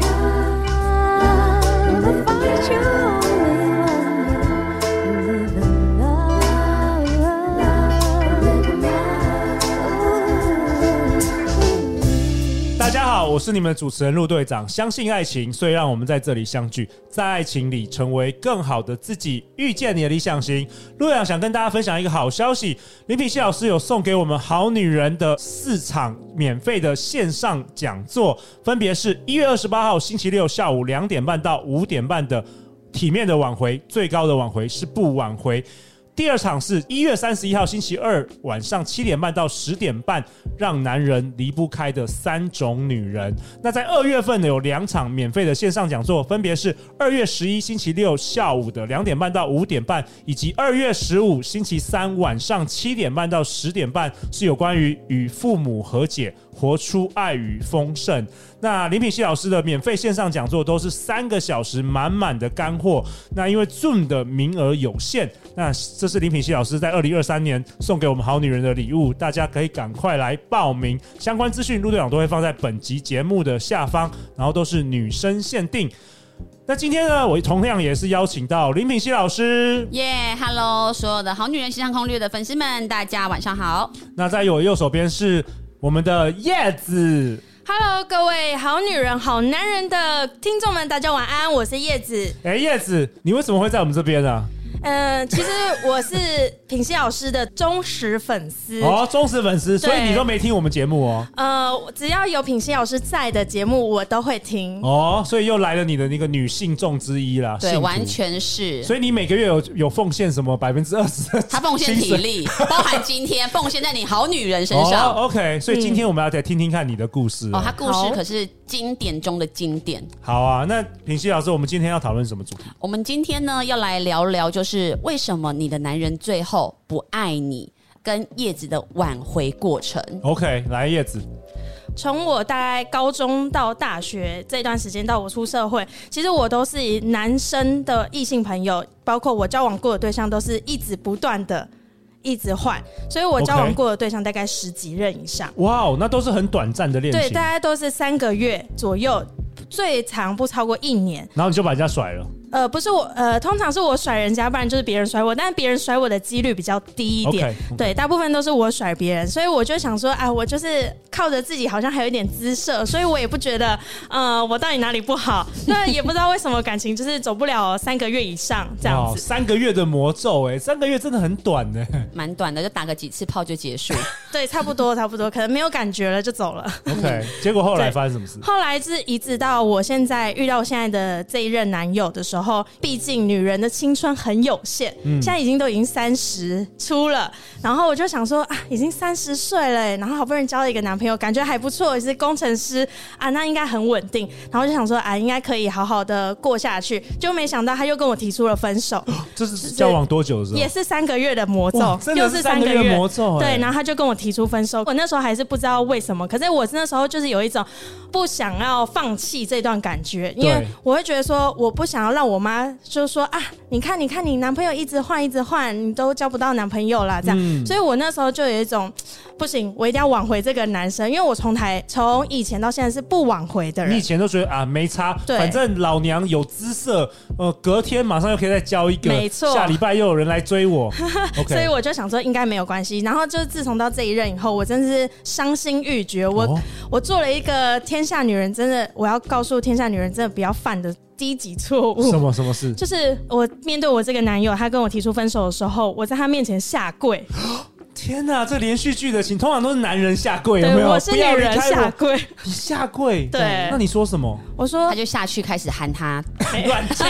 Love, find your only one. Live in love, live in love. 大家好，我是你们的主持人陆队长。相信爱情，所以让我们在这里相聚，在爱情里成为更好的自己，遇见你的理想型。陆队长想跟大家分享一个好消息，林品希老师有送给我们好女人的四场免费的线上讲座，分别是一月二十八号星期六下午两点半到五点半的体面的挽回，最高的挽回是不挽回。第二场是一月三十一号星期二晚上七点半到十点半，让男人离不开的三种女人。那在二月份呢，有两场免费的线上讲座，分别是二月十一星期六下午的两点半到五点半，以及二月十五星期三晚上七点半到十点半，是有关于与父母和解。活出爱与丰盛。那林品希老师的免费线上讲座都是三个小时满满的干货。那因为 Zoom 的名额有限，那这是林品希老师在二零二三年送给我们好女人的礼物，大家可以赶快来报名。相关资讯陆队长都会放在本集节目的下方，然后都是女生限定。那今天呢，我同样也是邀请到林品希老师，耶、哈 h e l l o 所有的好女人形象攻略的粉丝们，大家晚上好。那在我右手边是我们的叶子。 Hello，各位好女人、好男人的听众们，大家晚安，我是叶子。哎、叶子，你为什么会在我们这边呢、啊呃嗯、其实我是品熙老师的忠实粉丝。哦，忠实粉丝，所以你都没听我们节目哦。嗯呃，只要有品熙老师在的节目，我都会听。哦，所以又来了你的那个女性众之一啦，对，信徒完。全是。所以你每个月有有奉献什么百分之二十？她奉献体力，包含今天奉献在你好女人身上。哦，OK，所以今天我们要来听听看你的故事哦。哦，她故事可是经典中的经典。好啊，那品熙老师，我们今天要讨论什么主题？我们今天呢，要来聊聊，就是为什么你的男人最后不爱你，跟叶子的挽回过程。 OK，来叶子，从我大概高中到大学这段时间，到我出社会，其实我都是以男生的异性朋友，包括我交往过的对象，都是一直不断的。一直换，所以我交 OK 往过的对象大概十几任以上。哇哦，那都是很短暂的恋对，情大，概都是三个月左右，最长不超过一年。然后你就把人家甩了。呃，不是我，呃，通常是我甩人家，不然就是别人甩我，但是别人甩我的几率比较低一点。 OK，OK 对，大部分都是我甩别人，所以我就想说，哎，我就是靠着自己好像还有一点姿色，所以我也不觉得，呃，我到底哪里不好，那也不知道为什么感情就是走不了三个月以上这样哇子。三个月的魔咒，哎，三个月真的很短欸呢。 蛮短的，就打个几次炮就结束。对，差不多，差不多，可能没有感觉了就走了。 OK，结果后来 对发生什么事？后来是一直到我现在遇到现在的这一任男友的时候，毕竟女人的青春很有限，现在已经都已经三十出了，然后我就想说啊，已经三十岁了耶，然后好不容易交了一个男朋友，感觉还不错，也是工程师啊，那应该很稳定，然后就想说啊，应该可以好好的过下去，就没想到他又跟我提出了分手，这是交往多久的时候也？是三个月的魔啊哇咒，真的又是是三个月魔咒哎对，然后他就跟我提出分手，我那时候还是不知道为什么，可是我那时候就是有一种不想要放弃这段感觉，因为对我会觉得说，我不想要让我妈就说啊，你看，你看，你男朋友一直换，一直换，你都交不到男朋友啦，这样，嗯所以我那时候就有一种不行，我一定要挽回这个男生，因为我从台从以前到现在是不挽回的你以人。前都觉得啊没差，对反正老娘有姿色，呃，隔天马上又可以再交一个，没错下礼拜又有人来追 我，OK，所以我就想说应该没有关系，然后就是自从到这一任以后，我真是伤心欲绝。我、哦我做了一个天下女人真的，我要告诉天下女人真的不要犯的低级错什误。么什么事？就是我面对我这个男友，他跟我提出分手的时候，我在他面前下跪，天哪，这连续剧的情通常都是男人下跪，有对没有？我是不女要离人开我下，跪。你下跪，对那你说什么？我说她就下去开始喊他，乱 讲，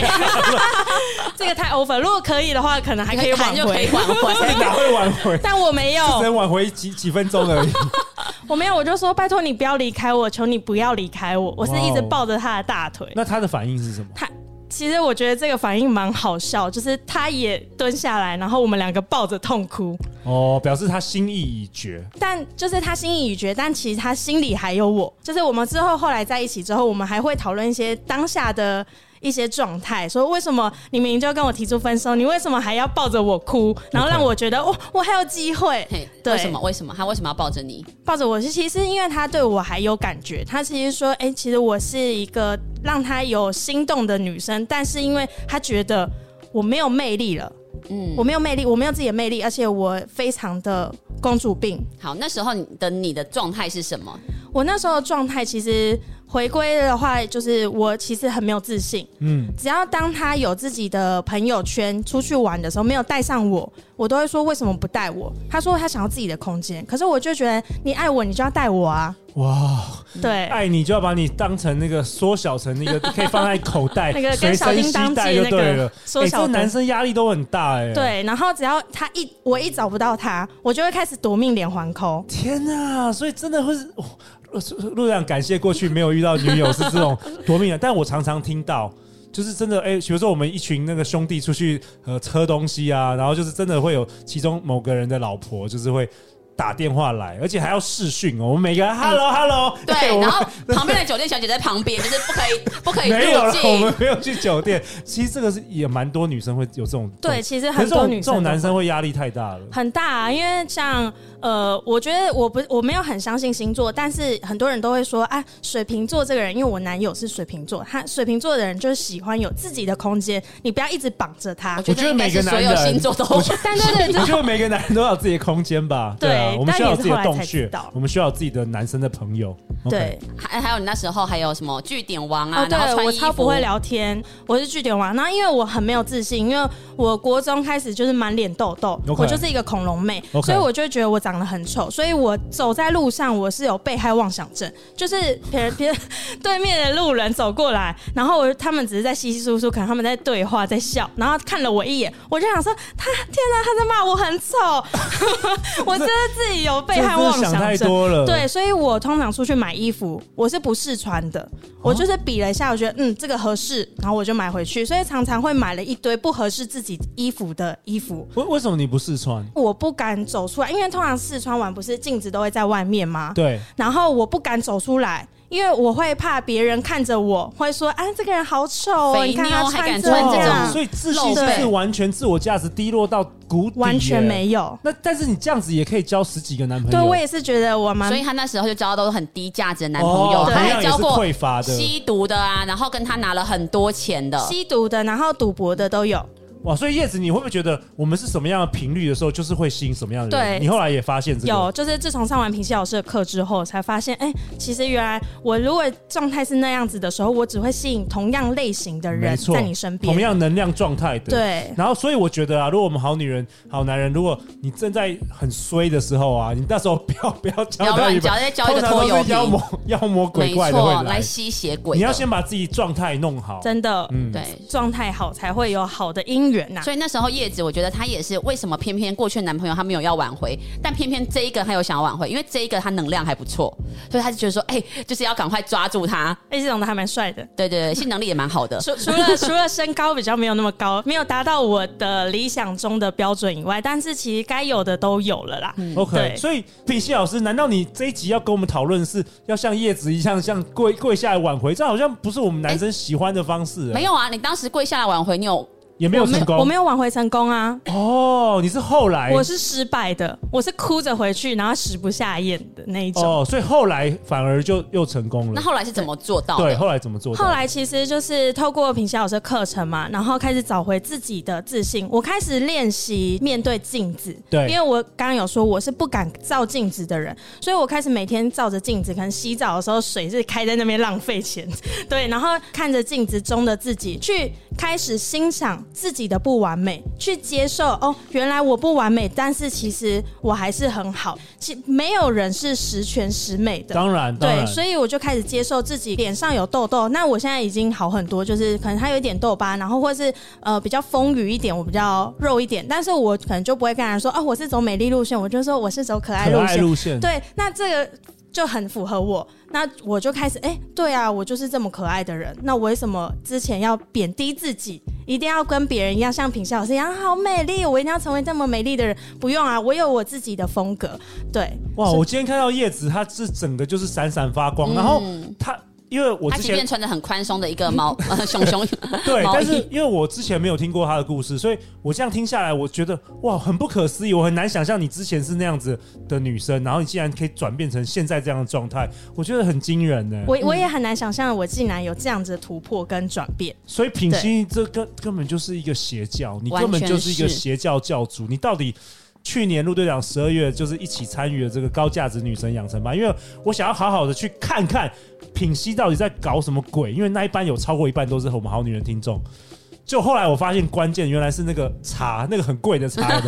这个太 over，如果可以的话，可能还可以挽喊就可以回。挽 回。哪会挽回？但 我 没有，只能挽回几几分钟而已。 我没有，我就说拜托你不要离开我，求你不要离开我。我是一哇直哦抱着他的大腿。那他的反应是什么？他其实我觉得这个反应蛮好笑，就是他也蹲下来，然后我们两个抱着痛哭。哦，表示他心意已决。但就是他心意已决，但其实他心里还有我。就是我们之后后来在一起之后，我们还会讨论一些当下的一些状态，说为什么你明明就跟我提出分手，你为什么还要抱着我哭，然后让我觉得哦，我还有机会嘿，？对，为什么？为什么他为什么要抱着你？抱着我是，其实因为他对我还有感觉，他其实说，哎、其实我是一个让他有心动的女生，但是因为他觉得我没有魅力了，嗯，我没有魅力，我没有自己的魅力，而且我非常的公主病。好，那时候你的你的状态是什么？我那时候的状态其实回归的话，就是我其实很没有自信。嗯，只要当他有自己的朋友圈出去玩的时候，没有带上我，我都会说为什么不带我？他说他想要自己的空间，可是我就觉得你爱我，你就要带我啊。哇，对，爱你就要把你当成那个缩小成那个可以放在口袋，那个跟随小身叮当携带借就那对个了。缩哎小这的男生压力都很大哎、，对，然后只要他一我一找不到他，我就会开始夺命连环扣。天哪、所以真的会是。哦陆亮感谢过去没有遇到女友是这种夺命的，但我常常听到，就是真的，哎、比如说我们一群那个兄弟出去呃喝东西啊，然后就是真的会有其中某个人的老婆就是会打电话来，而且还要视讯哦，我们每个人 hello hello，对哎，我们 然后旁边的酒店小姐在旁边，就是不可以不 可以没有入了，我境们。没有去酒店。其实这个是也蛮多女生会有这种对，，其实可很是这种多女这生种都男会生会压力太大了。很大、啊，因为像呃，我觉得我不我没有很相信星座，但是很多人都会说，啊，水瓶座这个人，因为我男友是水瓶座，他水瓶座的人就是喜欢有自己的空间，你不要一直绑着他。我觉得应该是所有星座都我觉得 但对对我对，觉得每个男人都要有自己的空间吧， 对啊，我们需要有自己的但也是洞后来才穴知道，我们需要有自己的男生的朋友。对，还还有你那时候还有什么据点王啊？哦，然后对，穿我衣服超不会聊天，我是据点王。然后因为我很没有自信，因为我国中开始就是满脸痘痘 OK 我就是一个恐龙妹 OK 所以我就会觉得我长得很丑，所以我走在路上我是有被害妄想症，就是别人别人对面的路人走过来，然后我他们只是在稀稀疏疏，可能他们在对话在笑，然后看了我一眼，我就想说他天哪、他在骂我很丑， 我真的自己有被害这妄真的想太症。多了。对，，所以我通常出去买衣服，我是不试穿的，哦我就是比了一下，我觉得嗯这个合适，然后我就买回去，所以常常会买了一堆不合适自己衣服的衣服。为为什么你不试穿？我不敢走出来，因为通常试穿完不是镜子都会在外面吗？对，然后我不敢走出来，因为我会怕别人看着我，会说啊这个人好丑哦，肥你看妞他还敢穿穿这样种所以自信心露背是完全自我价值低落到谷底，完全。没有。那但是你这样子也可以交十几个男朋友，对，我也是觉得我蛮所以她那时候就交到都是很低价值的男朋友，哦她同样还也交是过匮乏的。吸毒的啊，然后跟他拿了很多钱的。吸毒的，然后赌博的都有。哇，所以叶子，你会不会觉得我们是什么样的频率的时候，就是会吸引什么样的人？对你后来也发现这个，有，就是自从上完平息老师的课之后，才发现，哎、其实原来我如果状态是那样子的时候，我只会吸引同样类型的没人错在你身边。同样能量状态的。。对，然后，所以我觉得啊，如果我们好女人、好男人，如果你正在很衰的时候啊，你那时候不要不要交不要到一乱交，半，再交一通个常拖都油是妖瓶，魔妖魔鬼没怪的会错，来。吸血鬼的。你要先把自己状态弄好。真的，嗯对。状态好才会有好的姻缘啊呐。所以那时候叶子，我觉得她也是为什么偏偏过去的男朋友她没有要挽回，但偏偏这一个她有想要挽回，因为这一个她能量还不错，所以她就觉得说，哎、就是要赶快抓住他。而且长得还蛮帅的，对对对，性能力也蛮好的。除除了 除了身高比较没有那么高，没有达到我的理想中的标准以外，但是其实该有的都有了啦。 OK，对所以品熙老师，难道你这一集要跟我们讨论是要像叶子一样，像跪跪下来挽回？这好像不是我们男生喜欢的方式、啊没有啊，你当时跪下来挽回，你有也没有我没成有功。我没有挽回成功啊，哦，你是后来，我是失败的，我是哭着回去，然后食不下咽的那一种。哦，所以后来反而就又成功那了。后来是怎么做到对，的？后来怎么做到？后来其实就是透过品霞老师的课程嘛，然后开始找回自己的自信。我开始练习面对镜子，对因为我刚刚有说我是不敢照镜子的人，所以我开始每天照着镜子，可能洗澡的时候水是开在那边浪费钱， 对，然后看着镜子中的自己，去开始欣赏自己的不完美，去接受哦，原来我不完美，但是其实我还是很好。其没有人是十全十美的，当然，当对，然，所以我就开始接受自己脸上有痘痘。那我现在已经好很多，就是可能它有一点痘疤，然后或是呃比较丰腴一点，我比较肉一点，但是我可能就不会跟人说哦，我是走美丽路线，我就说我是走可爱可路爱线。路线，对，那这个就很符合我。那我就开始，哎、对啊，我就是这么可爱的人。那我为什么之前要贬低自己，一定要跟别人一样，像品笑老师一样好美丽，我一定要成为这么美丽的人？不用啊，我有我自己的风格。对，哇！是嗯我今天看到叶子，她是整个就是闪闪发光，然后她因为我他之即前便穿着很宽松的一个毛呃熊熊对，毛但是衣，因为我之前没有听过他的故事，所以我这样听下来，我觉得哇，很不可思议，我很难想象你之前是那样子的女生，然后你竟然可以转变成现在这样的状态，我觉得很惊人呢、我我也很难想象，我竟然有这样子的突破跟转变。所以品心这根根本就是一个邪教，你完根本全就是一个是邪教教主，你到底？去年陆队长十二月就是一起参与了这个高价值女神养成班，因为我想要好好的去看看品熙到底在搞什么鬼，因为那一班有超过一半都是我们好女人听众。就后来我发现，关键原来是那个茶，那个很贵的茶，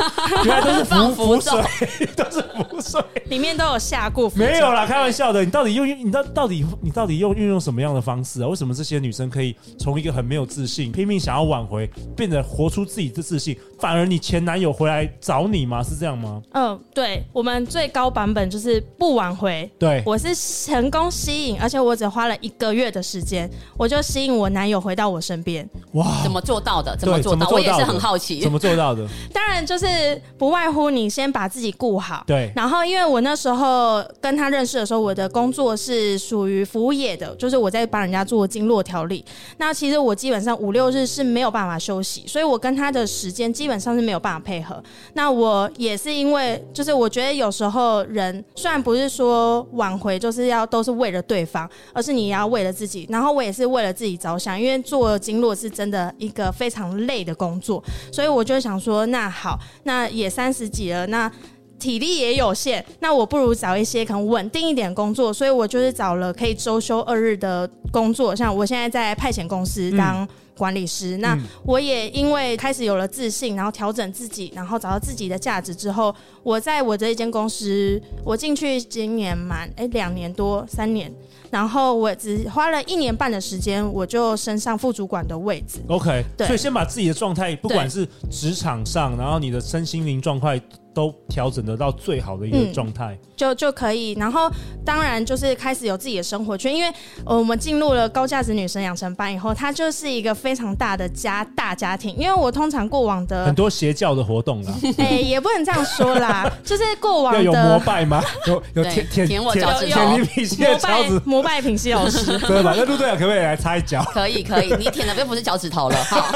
原来都是放浮浮浮肿水， 都是浮水。里面都有下过符 咒没有啦，开玩笑的。你到底用你到到底你到底用运用什么样的方式啊？为什么这些女生可以从一个很没有自信，拼命想要挽回，变得活出自己的自信，反而你前男友回来找你吗？是这样吗？嗯，对，我们最高版本就是不挽回。对我是成功吸引，而且我只花了一个月的时间，我就吸引我男友回到我身边。哇怎么做到的？怎对么做怎么到？做我也到的是很好奇怎。么做 到的？当然，就是不外乎你先把自己顾好。对然后，因为我那时候跟他认识的时候，我的工作是属于服务业的，就是我在帮人家做经络调理。那其实我基本上五六日是没有办法休息，所以我跟他的时间基本上是没有办法配合。那我也是因为，就是我觉得有时候人虽然不是说挽回就是要都是为了对方，而是你也要为了自己。然后我也是为了自己着想，因为做经络是真的一个非常累的工作，所以我就想说，那好，那也三十几了，那。体力也有限，那我不如找一些可能稳定一点的工作，所以我就是找了可以周休二日的工作，像我现在在派遣公司当管理师，那我也因为开始有了自信，然后调整自己，然后找到自己的价值之后，我在我这一间公司，我进去今年满哎两年多三年，然后我只花了一年半的时间，我就升上副主管的位置。 OK，对所以先把自己的状态，不管是职场上，然后你的身心灵状态都调整得到最好的一个嗯状态。就就可以。然后当然就是开始有自己的生活圈，因为、呃、我们进入了高价值女神养成班以后，它就是一个非常大的家大家庭。因为我通常过往很的。多邪教的活动啦，啊哎、也不能这样说啦，就是过往要有膜的拜吗？有有 对舔舔舔我脚趾头舔你皮鞋的膜脚拜趾，膜拜品系老师， 对吧？那陆队啊长可不可以来插一脚？可以可以，你舔的又不是脚趾头了， 好，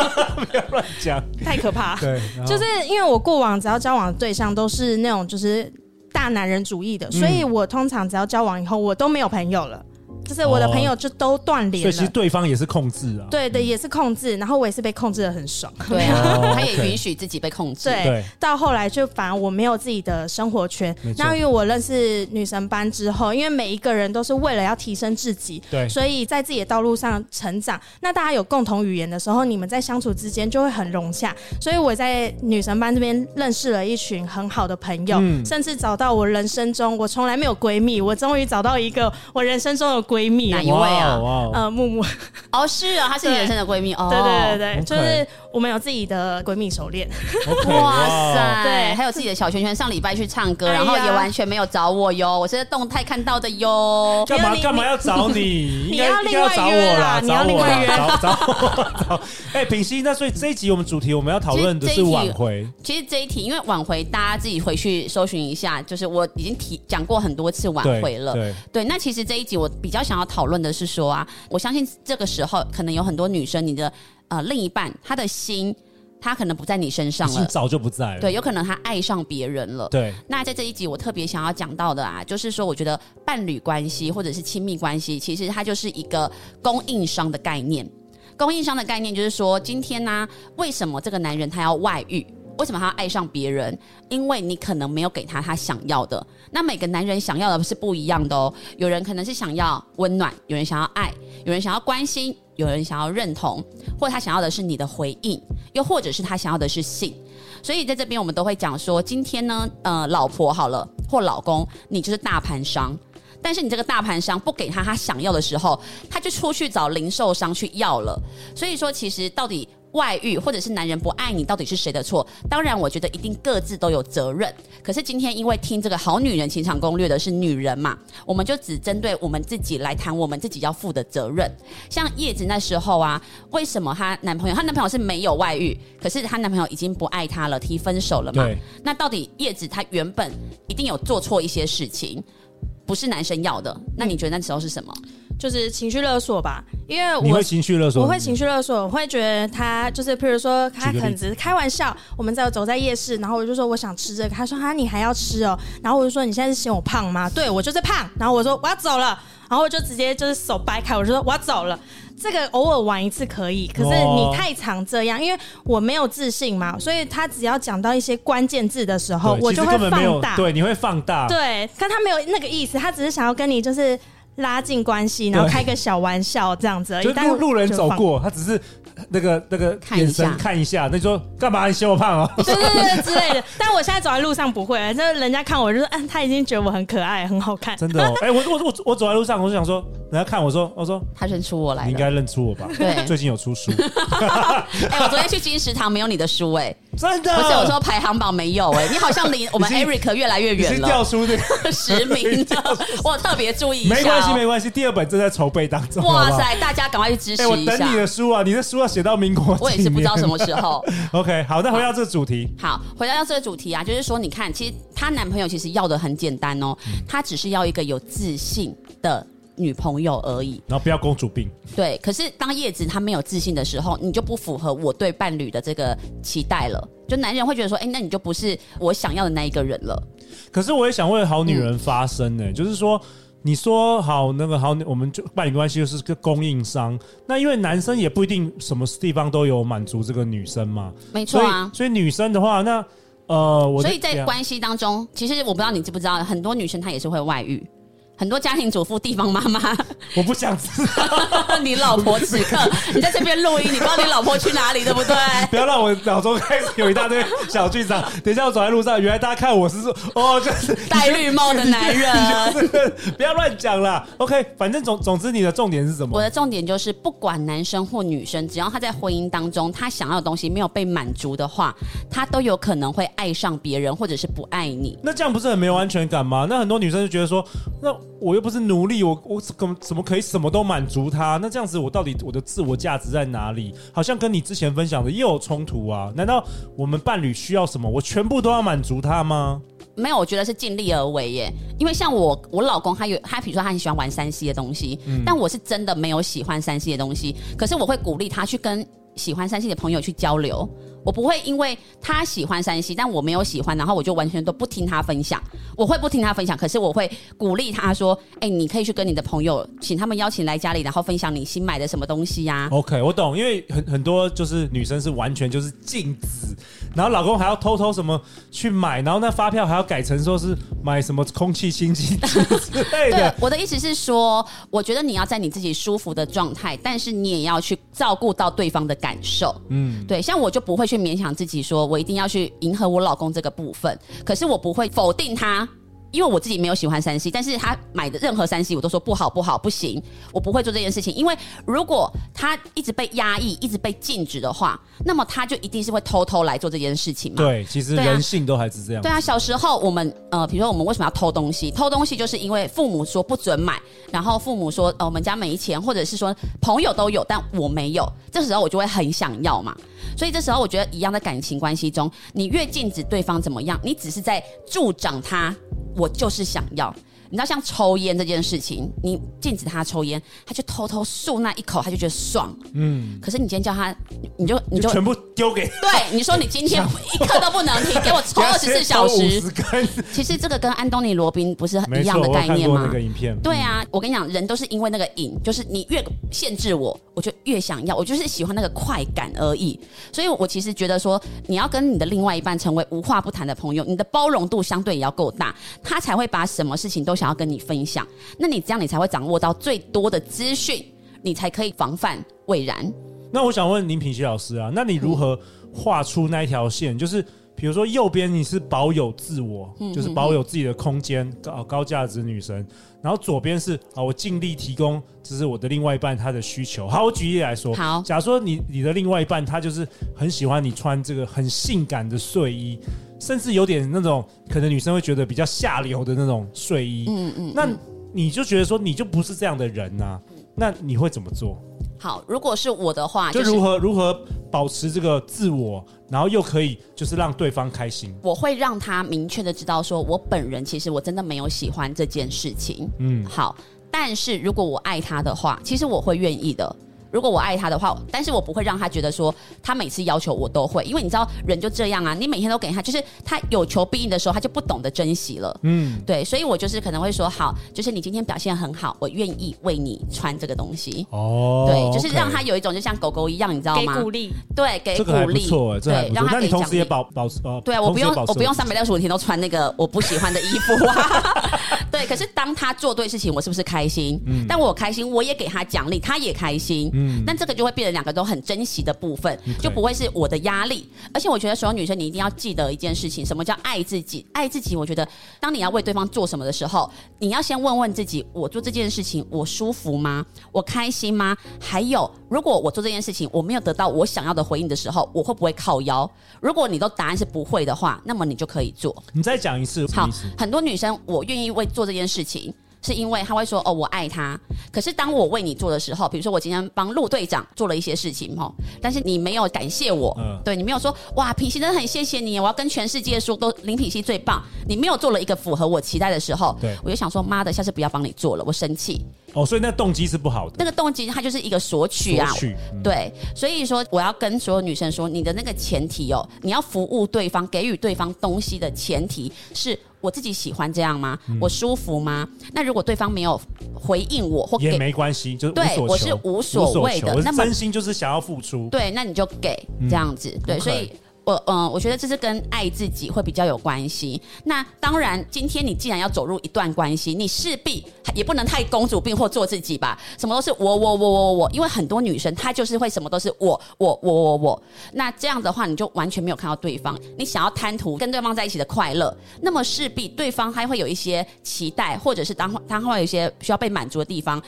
不要乱讲。太可怕。对，啊然后就是因为我过往只要交往的对象都是那种就是大男人主义的，所嗯以我通常只要交往以后，我都没有朋友了，就是我的哦朋友就都断联所了。以其实对方也是控制啊。对的，也是控制，然后我也是被控制的很爽。对啊哦，他也 OK 允许自己被控制。对，对到后来就反而我没有自己的生活圈没。错那因为我认识女神班之后，因为每一个人都是为了要提升自己，对所以在自己的道路上成长。那大家有共同语言的时候，你们在相处之间就会很融洽。所以我在女神班这边认识了一群很好的朋友，嗯甚至找到我人生中我从来没有闺蜜，我终于找到一个我人生中的闺蜜了哪。一位啊哇哦哇哦呃，木木，哦，是啊，她是你人生的闺蜜哦。对对对对， OK 就是我们有自己的闺蜜手链。 ，OK，哇哦！塞，对还有自己的小圈圈，上礼拜去唱歌，哎呀然后也完全没有找我哟，我是在动态看到的哟。干嘛你要干嘛要找 你？应该要应该要找另外约我啦，啦你要找另我外啦，约找找我找。哎，品熙，那所以这一集我们主题我们要讨论的其是实这一集挽回，其实这一题，因为挽回，大家自己回去搜寻一下，就是我已经提讲过很多次挽对回了。对，对，那其实这一集我比较想要讨论的是说啊，我相信这个时候可能有很多女生，你的呃另一半他的心，他可能不在你身上已经了，早就不在了。对，有可能他爱上别人了。对那在这一集，我特别想要讲到的啊，就是说，我觉得伴侣关系或者是亲密关系，其实它就是一个供应商的概念。供应商的概念就是说，今天呢、为什么这个男人他要外遇？为什么他要爱上别人？因为你可能没有给他他想要的。那每个男人想要的是不一样的哦。有人可能是想要温暖，哦有人想要爱，有人想要关心，有人想要认同，或者他想要的是你的回应，又或者是他想要的是性。所以在这边我们都会讲说，今天呢，呃，老婆好了或老公，你就是大盘商。但是你这个大盘商不给他他想要的时候，他就出去找零售商去要了。所以说，其实到底外遇或者是男人不爱你，到底是谁的错？当然，我觉得一定各自都有责任。可是今天因为听这个《好女人情场攻略》的是女人嘛，我们就只针对我们自己来谈我们自己要负的责任。像叶子那时候啊，为什么她男朋友，她男朋友是没有外遇，可是她男朋友已经不爱她了，提分手了嘛？对，那到底叶子她原本一定有做错一些事情，不是男生要的，那你觉得那时候是什么？就是情绪勒索吧，因为你我会情绪勒索？我会情绪勒索，我会觉得他就是，譬如说举个他可例能只是开玩笑，我们在走在夜市，然后我就说我想吃这个，他说哈你还要吃哦，然后我就说你现在是嫌我胖吗？对我就是胖，然后我说我要走了，然后我就直接就是手掰开，我就说我要走了。这个偶尔玩一次可以，可是哦你太常这样，因为我没有自信嘛，所以他只要讲到一些关键字的时候对，我其实就会根本没有放大。对，你会放大，对，但他没有那个意思，他只是想要跟你就是拉近关系，然后对开个小玩笑这样子而已。就是但路路人就走放过，他只是那个那个看一眼神下看一下，那就说干嘛？你嫌我胖哦？对对对对 之类的。但我现在走在路上不会了，就是人家看我就是，嗯，他已经觉得我很可爱、很好看。真的 哦，哎、我我我我走在路上，我就想说，人家看我说，我说他认出我来你应了。该认出我吧？对最近有 出书，哎、我昨天去金石堂没有你的书哎、真的，不是我说排行榜没有哎、你好像离我们你是 Eric 越来越你是远掉了，哦书的，十 名了，我特别注意一下、哦。没关系没关系，第二本正在筹备当中，哇好不好！塞，大家赶快去支持哎、我一等下你。的书啊，你的书要写到民国，我也是不知道什么。时候。 OK，好，那回到这个主题，好，回到这个主题啊，就是说，你看，其实她男朋友其实要的很简单哦，嗯他只是要一个有自信的女朋友而已。然后不要公主病，对，可是当叶子她没有自信的时候，你就不符合我对伴侣的这个期待了。就男人会觉得说，哎、那你就不是我想要的那一个人了。可是我也想为好女嗯人发声呢、欸就是说，你说好那个好女，我们就伴侣关系就是个供应商，那因为男生也不一定什么地方都有满足这个女生嘛，没错所以啊。所以女生的话，那呃，我所的以这在样关系当中，其实我不知道你知不知道，很多女生她也是会外遇。很多家庭主妇、地方妈 妈，我不想知道， 你老婆此刻你在这边录音，你不知道你老婆去哪里，对不对？不要让我脑中开始有一大堆小剧 场。等一下我走在路上，原来大家看我是说哦，就是戴绿帽的男人。 不要乱讲啦。OK，反正总总之你的重点是什我么？的重点就是，不管男生或女生，只要他在婚姻当中他想要的东西没有被满足的话，他都有可能会爱上别人，或者是不爱你。那这样不是很没有安全感吗？那很多女生就觉得说，那我又不是奴隶，我我怎么怎么可以什么都满足他？那这样子我到底我的自我价值在哪里？好像跟你之前分享的又有冲突啊？难道我们伴侣需要什么，我全部都要满足他吗？没有，我觉得是尽力而为耶。因为像我，我老公他有他，比如说他很喜欢玩三 C 的东西，但我是真的没有喜欢三 C 的东西。可是我会鼓励他去跟喜欢三 C 的朋友去交流。我不会因为他喜欢三 C，但我没有喜欢，然后我就完全都不听他分享。我会不听他分享，可是我会鼓励他说：“哎、你可以去跟你的朋友，请他们邀请来家里，然后分享你新买的什么东西啊呀、 OK，我懂，因为很很多就是女生是完全就是禁止，然后老公还要偷偷什么去买，然后那发票还要改成说是买什么空气清新剂之类对啊的。，我的意思是说，我觉得你要在你自己舒服的状态，但是你也要去照顾到对方的感受。嗯，对，像我就不会去勉强自己说，我一定要去迎合我老公这个部分，可是我不会否定他。因为我自己没有喜欢三 C，但是他买的任何三 C 我都说不好不好不行，我不会做这件事情。因为如果他一直被压抑、一直被禁止的话，那么他就一定是会偷偷来做这件事情嘛。对，其实对啊人性都还是这样。对啊，小时候我们呃，比如说我们为什么要偷东西？偷东西就是因为父母说不准买，然后父母说呃我们家没钱，或者是说朋友都有，但我没有，这时候我就会很想要嘛。所以这时候我觉得一样的感情关系中，你越禁止对方怎么样，你只是在助长他，我就是想要。你知道像抽烟这件事情，你禁止他抽烟，他就偷偷漱那一口，他就觉得爽。嗯，可是你今天叫他，你就你就就全部丢给对你说你今天一刻都不能停，给 我抽二十四小时。 50根，其实这个跟安东尼·罗宾不是很没一样错，的我概看念过那吗个？影片。对啊，我跟你讲，人都是因为那个瘾，就是你越限制我，我就越想要，我就是喜欢那个快感而已。所以我其实觉得说，你要跟你的另外一半成为无话不谈的朋友，你的包容度相对也要够大，他才会把什么事情都想要跟你分享。那你这样，你才会掌握到最多的资讯，你才可以防范未然。那我想问林品熙老师啊，那你如何画出那一条线？就是比如说右边你是保有自我，就是保有自己的空间，高高价值女神；然后左边是啊，我尽力提供，就是我的另外一半他的需求。好，我举例来说，好假如说你你的另外一半他就是很喜欢你穿这个很性感的睡衣。甚至有点那种可能女生会觉得比较下流的那种睡衣，嗯嗯，那你就觉得说你就不是这样的人呐、那你会怎么做？好，如果是我的话，就啊就是如何如何保持这个自我，然后又可以就是让对方开心。我会让他明确的知道，说我本人其实我真的没有喜欢这件事情。嗯好，但但是如果我爱他的话，其实我会愿意的。如果我爱他的话，但是我不会让他觉得说他每次要求我都会，因为你知道人就这样啊，你每天都给他，就是他有求必应的时候，他就不懂得珍惜了。嗯，对，所以我就是可能会说，好，就是你今天表现很好，我愿意为你穿这个东西。哦，对，就是让 OK 他有一种就像狗狗一样，你知道给吗？鼓励，对，给这个还鼓不励，错哎，这还对不，错让。他那给你同奖时也励。保保持呃，对啊，我同不时也用保持我不用稳三百六十五天都穿那个我不喜欢的衣服啊。对，可是当他做对事情，我是不是开心？但我开心，我也给他奖励，他也开心。嗯嗯，那这个就会变成两个都很珍惜的部分，就不会是我的压力。而且我觉得所有女生，你一定要记得一件事情，什么叫爱自己？爱自己，我觉得当你要为对方做什么的时候，你要先问问自己：我做这件事情，我舒服吗？我开心吗？还有，如果我做这件事情，我没有得到我想要的回应的时候，我会不会靠腰？如果你都答案是不会的话，那么你就可以做。你再讲一次，什么好意思？，很多女生我愿意为做这件事情，是因为她会说哦，我爱他。可是当我为你做的时候，比如说我今天帮陆队长做了一些事情哦，但是你没有感谢我，嗯对你没有说哇，品熙真的很谢谢你，我要跟全世界说都林品熙最棒。你没有做了一个符合我期待的时候对，我就想说妈的，下次不要帮你做了，我生气。哦，所以那动机是不好的，那个动机它就是一个索取啊，索取嗯对，所以说我要跟所有女生说，你的那个前提哦，你要服务对方，给予对方东西的前提是我自己喜欢这样吗？嗯我舒服吗？那如果对方没有回应我或也给，没关系，就是对无所我求是无所谓的求我是那么真心就是想要付出，对，那你就给嗯这样子，对， OK 所以。我嗯，我觉得这是跟爱自己会比较有关系。那当然，今天你既然要走入一段关系，你势必也不能太公主病或做自己吧，什么都是我我我我我，因为很多女生她就是会什么都是我我我我我。那这样的话，你就完全没有看到对方。你想要贪图跟对方在一起的快乐，那么势必对方还会有一些期待，或者是当他会有一些需要被满足的地方，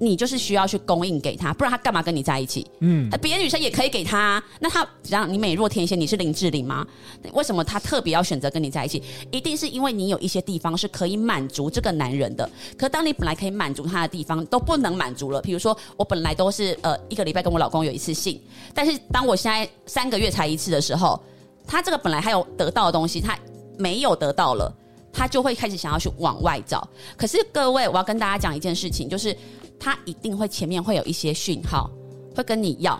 你就是需要去供应给他，不然他干嘛跟你在一起？嗯，呃别的女生也可以给他、那他怎样？你美若天仙，你是林志玲吗？为什么他特别要选择跟你在一起？一定是因为你有一些地方是可以满足这个男人的。可当你本来可以满足他的地方都不能满足了，比如说我本来都是呃一个礼拜跟我老公有一次性，但是当我现在三个月才一次的时候，他这个本来还有得到的东西，他没有得到了。他就会开始想要去往外找，可是各位，我要跟大家讲一件事情，就是他一定会前面会有一些讯号，会跟你要，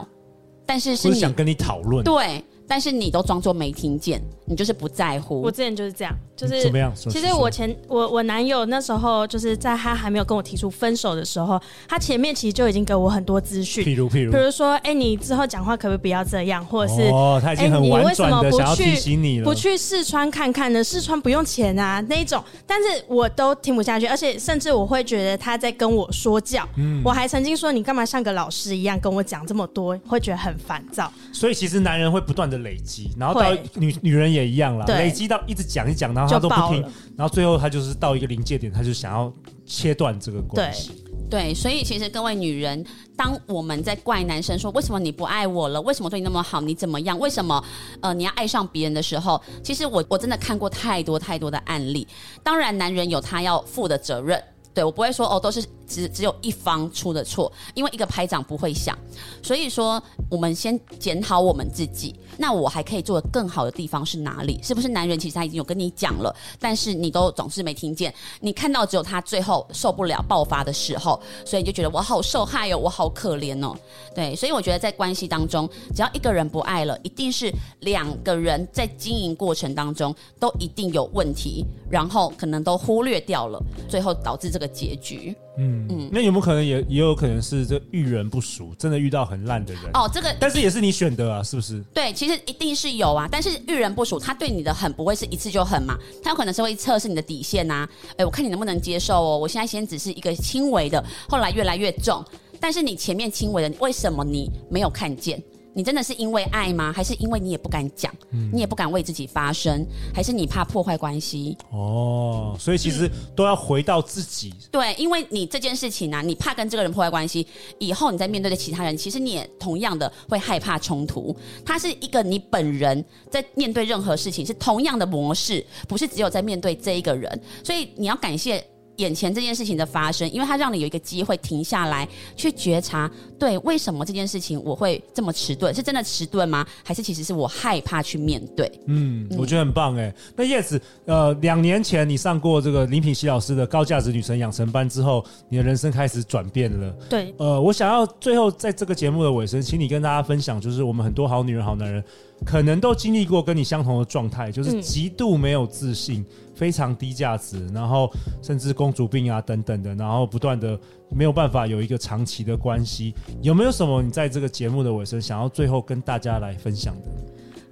但是是就是你想跟你讨论，对，但是你都装作没听见，你就是不在乎我。之前就是这样，就是嗯怎么样？其实我前我我男友那时候就是在他还没有跟我提出分手的时候，他前面其实就已经给我很多资讯，譬如譬如比如说，哎、你之后讲话可不可以不要这样，或者是哦，他已经哎很你婉为什转么的不想要去提醒你了，不去试穿看看呢？试穿不用钱啊，那一种，但是我都听不下去，而且甚至我会觉得他在跟我说教。嗯我还曾经说你干嘛像个老师一样跟我讲这么多，会觉得很烦躁。所以其实男人会不断的累积，然后到会女女人也一样啦，对累积到一直讲一讲，然后他都不就爆听了，然后最后他就是到一个临界点，他就想要切断这个关系。对，所以其实各位女人，当我们在怪男生说为什么你不爱我了，为什么对你那么好，你怎么样，为什么呃你要爱上别人的时候，其实我我真的看过太多太多的案例。当然，男人有他要负的责任。对，我不会说哦，都是只只有一方出的错，因为一个排长不会想，所以说我们先检讨我们自己。那我还可以做得更好的地方是哪里？是不是男人其实他已经有跟你讲了，但是你都总是没听见，你看到只有他最后受不了爆发的时候，所以你就觉得我好受害哦，我好可怜哦。对，所以我觉得在关系当中，只要一个人不爱了，一定是两个人在经营过程当中都一定有问题，然后可能都忽略掉了，最后导致这个结局。嗯嗯，那有没有可能也也有可能是这遇人不淑，真的遇到很烂的人？哦，这个但是也是你选的啊，是不是？对，其实一定是有啊，但是遇人不淑，他对你的狠不会是一次就狠嘛，他有可能是会测试你的底线呐、啊。哎，我看你能不能接受哦，我现在先只是一个轻微的，后来越来越重。但是你前面轻微的，为什么你没有看见？你真的是因为爱吗？还是因为你也不敢讲，你也不敢为自己发声，还是你怕破坏关系？哦，所以其实都要回到自己，对，因为你这件事情啊，你怕跟这个人破坏关系，以后你在面对的其他人，其实你也同样的会害怕冲突。它是一个你本人在面对任何事情是同样的模式，不是只有在面对这一个人，所以你要感谢。眼前这件事情的发生，因为它让你有一个机会停下来去觉察，对，为什么这件事情我会这么迟钝？是真的迟钝吗？还是其实是我害怕去面对？嗯，我觉得很棒哎。那叶子，呃，两年前你上过这个林品熙老师的高价值女神养成班之后，你的人生开始转变了。对，呃，我想要最后在这个节目的尾声，请你跟大家分享，就是我们很多好女人、好男人，可能都经历过跟你相同的状态，就是嗯极度没有自信、非常低价值，然后甚至公主病啊等等的，然后不断的没有办法有一个长期的关系。有没有什么你在这个节目的尾声想要最后跟大家来分享的？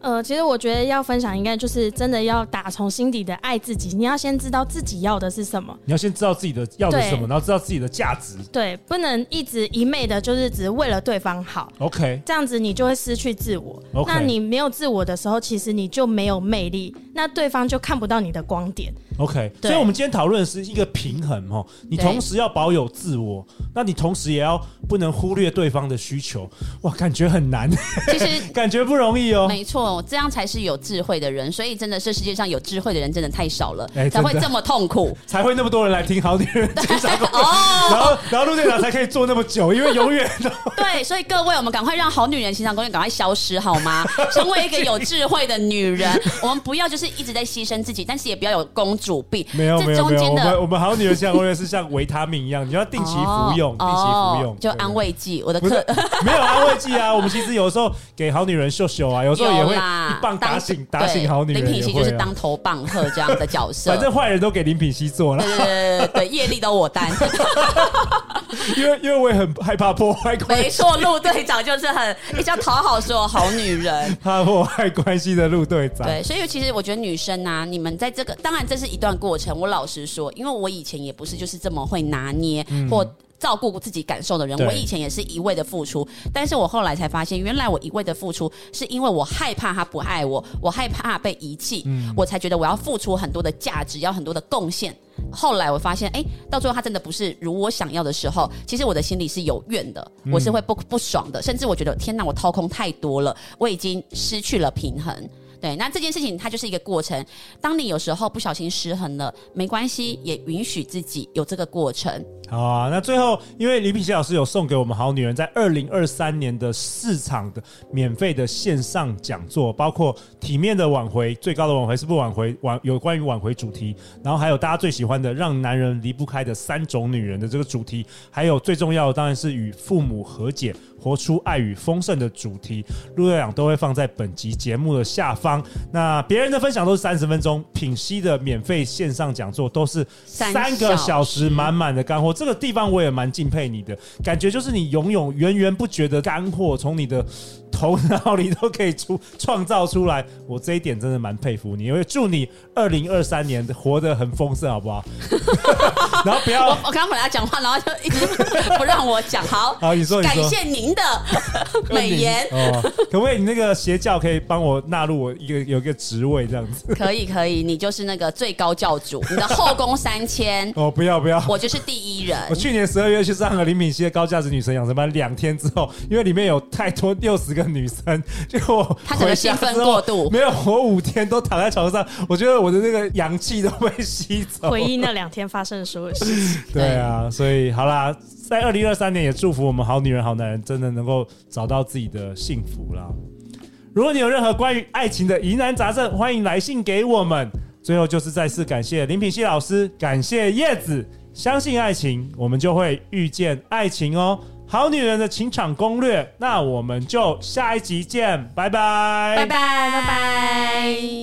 呃，其实我觉得要分享，应该就是真的要打从心底的爱自己，你要先知道自己要的是什么。你要先知道自己的要的是什么，对然后知道自己的价值。对，不能一直一昧的，就是只为了对方好， OK，这样子你就会失去自我。 OK 那你没有自我的时候，其实你就没有魅力，那对方就看不到你的光点。 OK，对所以我们今天讨论的是一个平衡哦，你对同时要保有自我，那你同时也要不能忽略对方的需求。哇，感觉很难， 其实感觉不容易哦。没错，这样才是有智慧的人。所以真的是世界上有智慧的人真的太少了，哎真的才会这么痛苦。才会那么多人来听好女人情场攻略，哦然后然后陆队长才可以做那么久，因为永远 都对，所以各位，我们赶快让好女人情场攻略赶快消失好吗？成为一个有智慧的女人，我们不要就是一直在牺牲自己，但是也不要有公主病。没有没这有中没有，间我们的我们好女人情场攻略是像维他命一样，你要定期服用，定期哦服用，就对安。慰剂。我的不是课 没有安慰剂啊，我们其实有时候给好女人秀秀啊，有时候也会有啦一棒打当醒打对醒好女人也会林啊。品熙就是当头棒喝这样的角色。反正坏人都给林品熙做了对，对对对对，业力都我担。因为因为我也很害怕破坏关没系，错，陆队长就是很一直要讨好所有好女人。怕破坏关系的陆队长。对，所以其实我觉得女生啊，你们在这个，当然这是一段过程。我老实说，因为我以前也不是就是这么会拿捏、或照顾自己感受的人，对我以前也是一味的付出，但是我后来才发现，原来我一味的付出是因为我害怕他不爱我，我害怕被遗弃，我才觉得我要付出很多的价值，要很多的贡献。后来我发现，哎、到最后他真的不是如我想要的时候，其实我的心里是有怨的，我是会不不爽的，甚至我觉得天哪，我掏空太多了，我已经失去了平衡。对，那这件事情它就是一个过程。当你有时候不小心失衡了，没关系，也允许自己有这个过程。好啊，那最后，因为李品熙老师有送给我们好女人在二零二三年的市场的免费的线上讲座，包括体面的挽回、最高的挽回是不挽回挽有关于挽回主题，然后还有大家最喜欢的让男人离不开的三种女人的这个主题，还有最重要的当然是与父母和解。活出爱与丰盛的主题，陆队长都会放在本集节目的下方。那别人的分享都是三十分钟，品熙的免费线上讲座都是三三个小小。小时满满的干货，这个地方我也蛮敬佩你的，感觉就是你永永源源不绝的干货从你的头脑里都可以出创造出来，我这一点真的蛮佩服你，因为祝你二零二三年活得很丰盛，好不 好？然后不我要我刚本来要讲话，然后就一直不让我讲。好，好啊你说你感说谢您的美言，哦，可不可以你那个邪教可以帮我纳入我一个有一个职位这样子？，可以可以，你就是那个最高教主，你的后宫三千哦，不要不要。我就是第一人我。去年十二月去上了林敏熙的高价值女神养成班，两天之后，因为里面有太多六十个女生，结果她整个回家兴奋之后过度没有，我五天都躺在床上，我觉得我的那个阳气都被吸走。回忆那两天发生的所有事情。对啊，所以好啦，在二零二三年也祝福我们好女人、好男人真的能够找到自己的幸福啦。如果你有任何关于爱情的疑难杂症，欢迎来信给我们。最后就是再次感谢林品希老师，感谢叶子，相信爱情，我们就会遇见爱情哦。好女人的情场攻略，那我们就下一集见，拜拜，拜拜拜拜。